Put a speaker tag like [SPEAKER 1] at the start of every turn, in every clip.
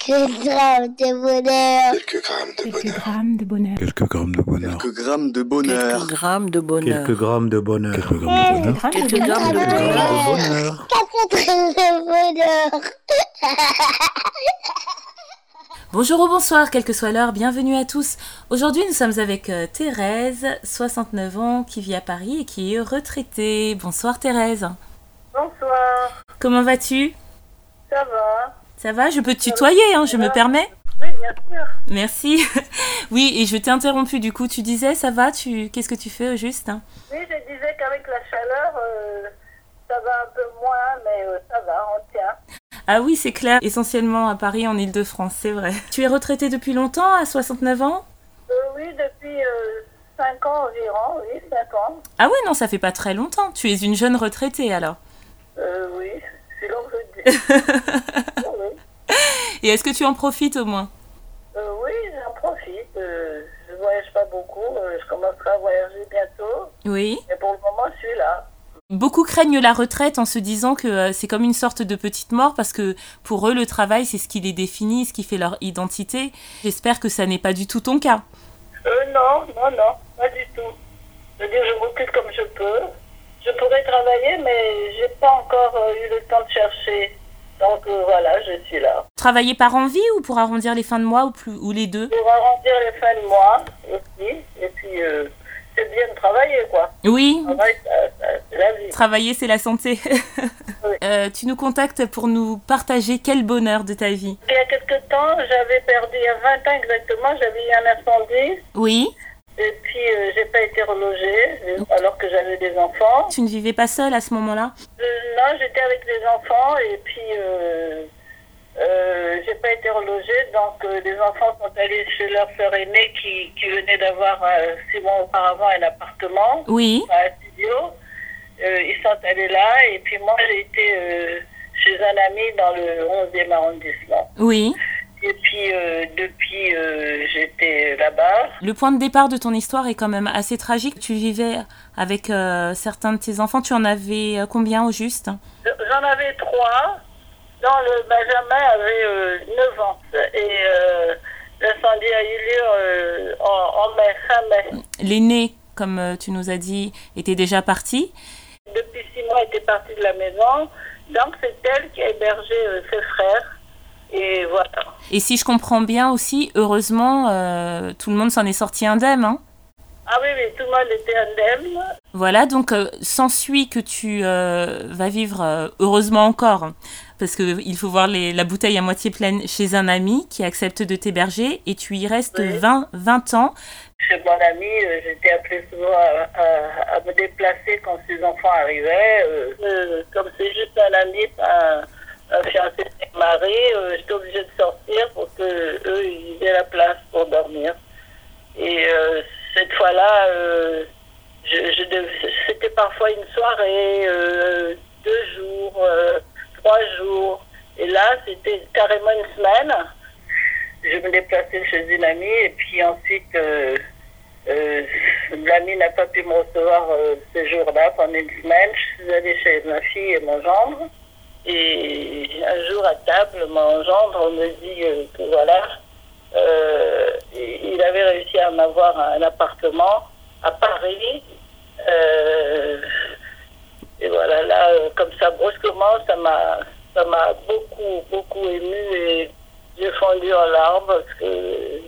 [SPEAKER 1] Quelques grammes de bonheur.
[SPEAKER 2] Quelques grammes de
[SPEAKER 3] Quelques
[SPEAKER 2] bonheur.
[SPEAKER 3] grammes de bonheur.
[SPEAKER 4] Quelques grammes de bonheur.
[SPEAKER 5] Quelques grammes de bonheur.
[SPEAKER 6] Quelques grammes de bonheur.
[SPEAKER 7] Quelques grammes de bonheur.
[SPEAKER 4] Quelques grammes de bonheur.
[SPEAKER 3] Grammes de
[SPEAKER 6] Quelques
[SPEAKER 3] bonheur.
[SPEAKER 6] grammes de bonheur.
[SPEAKER 7] bonheur.
[SPEAKER 1] Quatre grammes de bonheur.
[SPEAKER 8] Bonjour ou bonsoir, quelle que soit l'heure, bienvenue à tous. Aujourd'hui, nous sommes avec euh, Thérèse, 69 ans, qui vit à Paris et qui est retraitée. Bonsoir Thérèse.
[SPEAKER 9] Bonsoir,
[SPEAKER 8] Comment vas-tu
[SPEAKER 9] ça va
[SPEAKER 8] Ça va Je peux te tutoyer, hein, je me permets
[SPEAKER 9] Oui, bien sûr.
[SPEAKER 8] Merci. Oui, et je t'ai interrompu du coup, tu disais, ça va tu... Qu'est-ce que tu fais au juste hein
[SPEAKER 9] Oui, je disais qu'avec la chaleur, euh, ça va un peu moins, mais euh, ça va, on tient.
[SPEAKER 8] Ah oui, c'est clair, essentiellement à Paris, en Ile-de-France, c'est vrai. Tu es retraitée depuis longtemps, à 69 ans
[SPEAKER 9] Euh, oui, depuis 5 ans environ, oui, 5 ans.
[SPEAKER 8] Ah oui, non, ça fait pas très longtemps. Tu es une jeune retraitée alors.
[SPEAKER 9] Euh, oui, c'est long que je dis. Oh, oui,
[SPEAKER 8] Et est-ce que tu en profites au moins
[SPEAKER 9] Euh, oui, j'en profite. euh, je voyage pas beaucoup, euh, je commencerai à voyager bientôt,
[SPEAKER 8] Oui.
[SPEAKER 9] mais pour le moment, je suis là.
[SPEAKER 8] Beaucoup craignent la retraite en se disant que euh, c'est comme une sorte de petite mort parce que pour eux le travail c'est ce qui les définit, ce qui fait leur identité. J'espère que ça n'est pas du tout ton cas.
[SPEAKER 9] Euh, non, non, non, pas du tout. Je veux dire, je m'occupe comme je peux. Je pourrais travailler, mais j'ai pas encore euh, eu le temps de chercher. Donc euh, voilà, je suis là.
[SPEAKER 8] Travailler par envie ou pour arrondir les fins de mois ou, plus, ou les deux
[SPEAKER 9] Pour arrondir les fins de mois aussi, et puis euh, c'est bien de travailler, quoi.
[SPEAKER 8] Oui,
[SPEAKER 9] Travail, ça- ça- c'est la vie.
[SPEAKER 8] travailler c'est la santé. Euh, tu nous contactes pour nous partager quel bonheur de ta vie.
[SPEAKER 9] Il y a quelques temps, j'avais perdu, il y a 20 ans exactement, j'avais eu un incendie,
[SPEAKER 8] Oui,
[SPEAKER 9] et puis euh, j'ai pas été relogée, euh, alors que j'avais des enfants.
[SPEAKER 8] tu ne vivais pas seule à ce moment-là.
[SPEAKER 9] Euh, non, j'étais avec les enfants et puis euh, euh, j'ai pas été relogée. Donc euh, les enfants sont allés chez leur sœur aînée qui, qui venait d'avoir euh, six mois auparavant un appartement,
[SPEAKER 8] Oui,
[SPEAKER 9] enfin, un studio. Euh, ils sont allés là et puis moi j'ai été euh, chez un ami dans le 11e arrondissement.
[SPEAKER 8] oui.
[SPEAKER 9] Et puis euh, depuis euh, j'étais là-bas.
[SPEAKER 8] Le point de départ de ton histoire est quand même assez tragique. Tu vivais avec euh, certains de tes enfants. Tu en avais euh, combien au juste
[SPEAKER 9] J'en avais trois. dont le Benjamin avait euh, 9 ans. Et euh, l'incendie a eu lieu euh, en, en mai, fin mai.
[SPEAKER 8] L'aîné, comme euh, tu nous as dit, était déjà parti.
[SPEAKER 9] Depuis six mois, elle était partie de la maison. Donc, c'est elle qui a hébergé euh, ses frères. Et voilà.
[SPEAKER 8] Et si je comprends bien aussi, heureusement, euh, tout le monde s'en est sorti indemne. hein.
[SPEAKER 9] Ah oui, mais tout le monde était indemne.
[SPEAKER 8] Voilà, donc euh, s'ensuit que tu euh, vas vivre euh, heureusement encore, hein, parce que il faut voir les- la bouteille à moitié pleine chez un ami qui accepte de t'héberger et tu y restes
[SPEAKER 9] Oui.
[SPEAKER 8] 20, 20 ans.
[SPEAKER 9] Chez mon ami, euh, j'étais appelée souvent à, à- à me déplacer quand ses enfants arrivaient. euh. Euh, comme c'est juste un ami, pas un, un fiancé de mari, euh, j'étais obligée de sortir pour que eux ils aient la place pour dormir. Et euh, cette fois-là, euh, je, je dev- c'était parfois une soirée, euh, deux jours, euh, trois jours. Et là, c'était carrément une semaine je me déplaçais chez une amie et puis ensuite euh, euh, l'amie n'a pas pu me recevoir euh, ce jour-là pendant une semaine. Je suis allée chez ma fille et mon gendre et un jour à table, mon gendre me dit euh, que voilà, euh, il avait réussi à m'avoir un appartement à Paris. Euh, et voilà, là, euh, comme ça, brusquement, ça m'a, ça m'a beaucoup, beaucoup ému et j'ai fondu en larmes parce que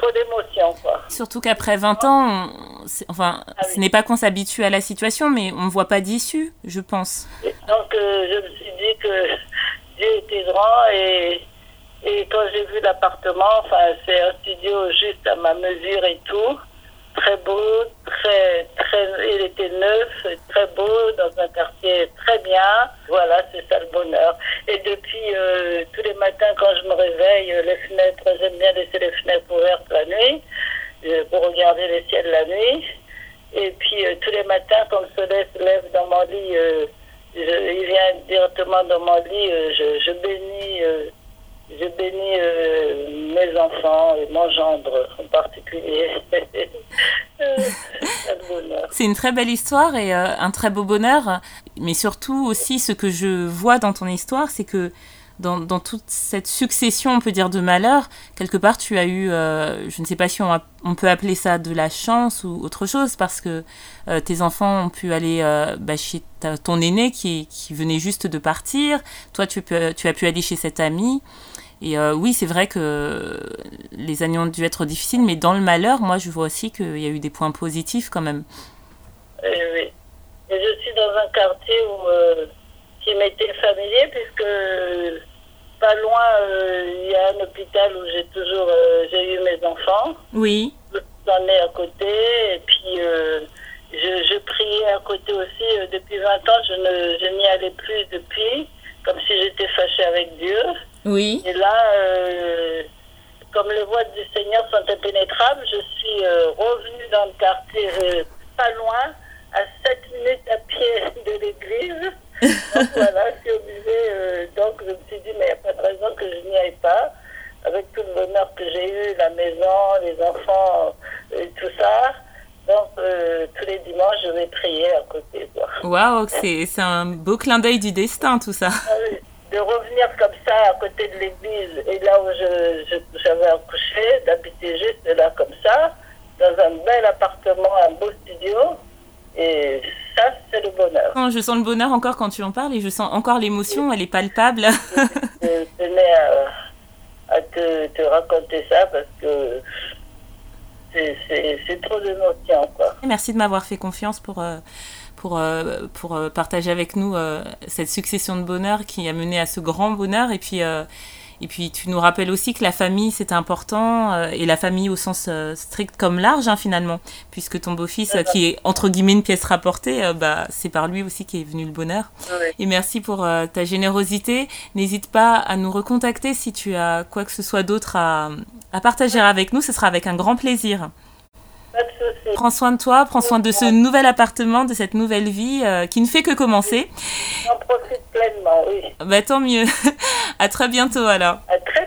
[SPEAKER 9] trop d'émotions, quoi.
[SPEAKER 8] Surtout qu'après 20 ans, on- c'est- enfin,
[SPEAKER 9] Ah oui.
[SPEAKER 8] ce n'est pas qu'on s'habitue à la situation, mais on ne voit pas d'issue, je pense.
[SPEAKER 9] Et donc, euh, je me suis dit que Dieu était grand et, et quand j'ai vu l'appartement, enfin, c'est un studio juste à ma mesure et tout. Très beau, très, très, il était neuf, très beau, dans un quartier très bien. Voilà, c'est ça le bonheur. Et depuis, euh, tous les matins, quand je me réveille, euh, les fenêtres, j'aime bien laisser les fenêtres ouvertes la nuit, euh, pour regarder le ciel la nuit. Et puis euh, tous les matins, quand le soleil se lève dans mon lit, euh, je- il vient directement dans mon lit, euh, je, je bénis, euh, je bénis euh, mes enfants et mon gendre en particulier. Euh, c'est le bonheur.
[SPEAKER 8] C'est une très belle histoire et euh, un très beau bonheur, mais surtout aussi ce que je vois dans ton histoire, c'est que dans, dans toute cette succession, on peut dire, de malheurs, quelque part, tu as eu, euh, je ne sais pas si on, a- on peut appeler ça de la chance ou autre chose, parce que euh, tes enfants ont pu aller euh, bah, chez ta- ton aîné qui, qui venait juste de partir, toi, tu, peux, tu as pu aller chez cette amie. Et euh, oui, c'est vrai que les années ont dû être difficiles, mais dans le malheur, moi, je vois aussi qu'il y a eu des points positifs quand même.
[SPEAKER 9] Eh oui. Et je suis dans un quartier où, euh, qui m'était familier, puisque euh, pas loin, euh, il y a un hôpital où j'ai toujours euh, j'ai eu mes enfants.
[SPEAKER 8] Oui,
[SPEAKER 9] J'en ai à côté, et puis euh, je, je priais à côté aussi. Euh, Depuis 20 ans, je ne je n'y allais plus depuis, comme si j'étais fâchée avec Dieu.
[SPEAKER 8] oui,
[SPEAKER 9] Et là, euh, comme les voies du Seigneur sont impénétrables, je suis euh, revenue dans le quartier euh, pas loin, à 7 minutes à pied de l'église. Donc voilà, je suis obligée. euh, donc je me suis dit, mais il n'y a pas de raison que je n'y aille pas. Avec tout le bonheur que j'ai eu, la maison, les enfants, euh, tout ça. Donc euh, tous les dimanches, je vais prier à côté. quoi.
[SPEAKER 8] Waouh, c'est c'est un beau clin d'œil du destin, tout ça.
[SPEAKER 9] Ah oui, de revenir comme ça à côté de l'église et là où je- je- j'avais accouché, d'habiter juste là comme ça, dans un bel appartement, un beau studio. Et ça, c'est le bonheur.
[SPEAKER 8] Quand je sens le bonheur encore quand tu en parles et je sens encore l'émotion, elle est palpable.
[SPEAKER 9] Je tenais à, à te, te raconter ça parce que c'est- c'est c'est trop d'émotions, quoi.
[SPEAKER 8] Merci de m'avoir fait confiance pour, euh, pour, euh, pour euh, partager avec nous euh, cette succession de bonheur qui a mené à ce grand bonheur. Et puis, euh, et puis tu nous rappelles aussi que la famille, c'est important, euh, et la famille au sens euh, strict comme large, hein, finalement, puisque ton beau-fils, euh, qui est entre guillemets une pièce rapportée, euh, bah, c'est par lui aussi qu'est venu le bonheur.
[SPEAKER 9] Oui.
[SPEAKER 8] Et merci pour euh, ta générosité. N'hésite pas à nous recontacter si tu as quoi que ce soit d'autre à, à partager avec nous. Ce sera avec un grand plaisir.
[SPEAKER 9] Pas de soucis.
[SPEAKER 8] Prends soin de toi, prends soin de ce nouvel appartement, de cette nouvelle vie euh, qui ne fait que commencer.
[SPEAKER 9] J'en profite pleinement, oui.
[SPEAKER 8] Bah tant mieux. à très bientôt alors.
[SPEAKER 9] À très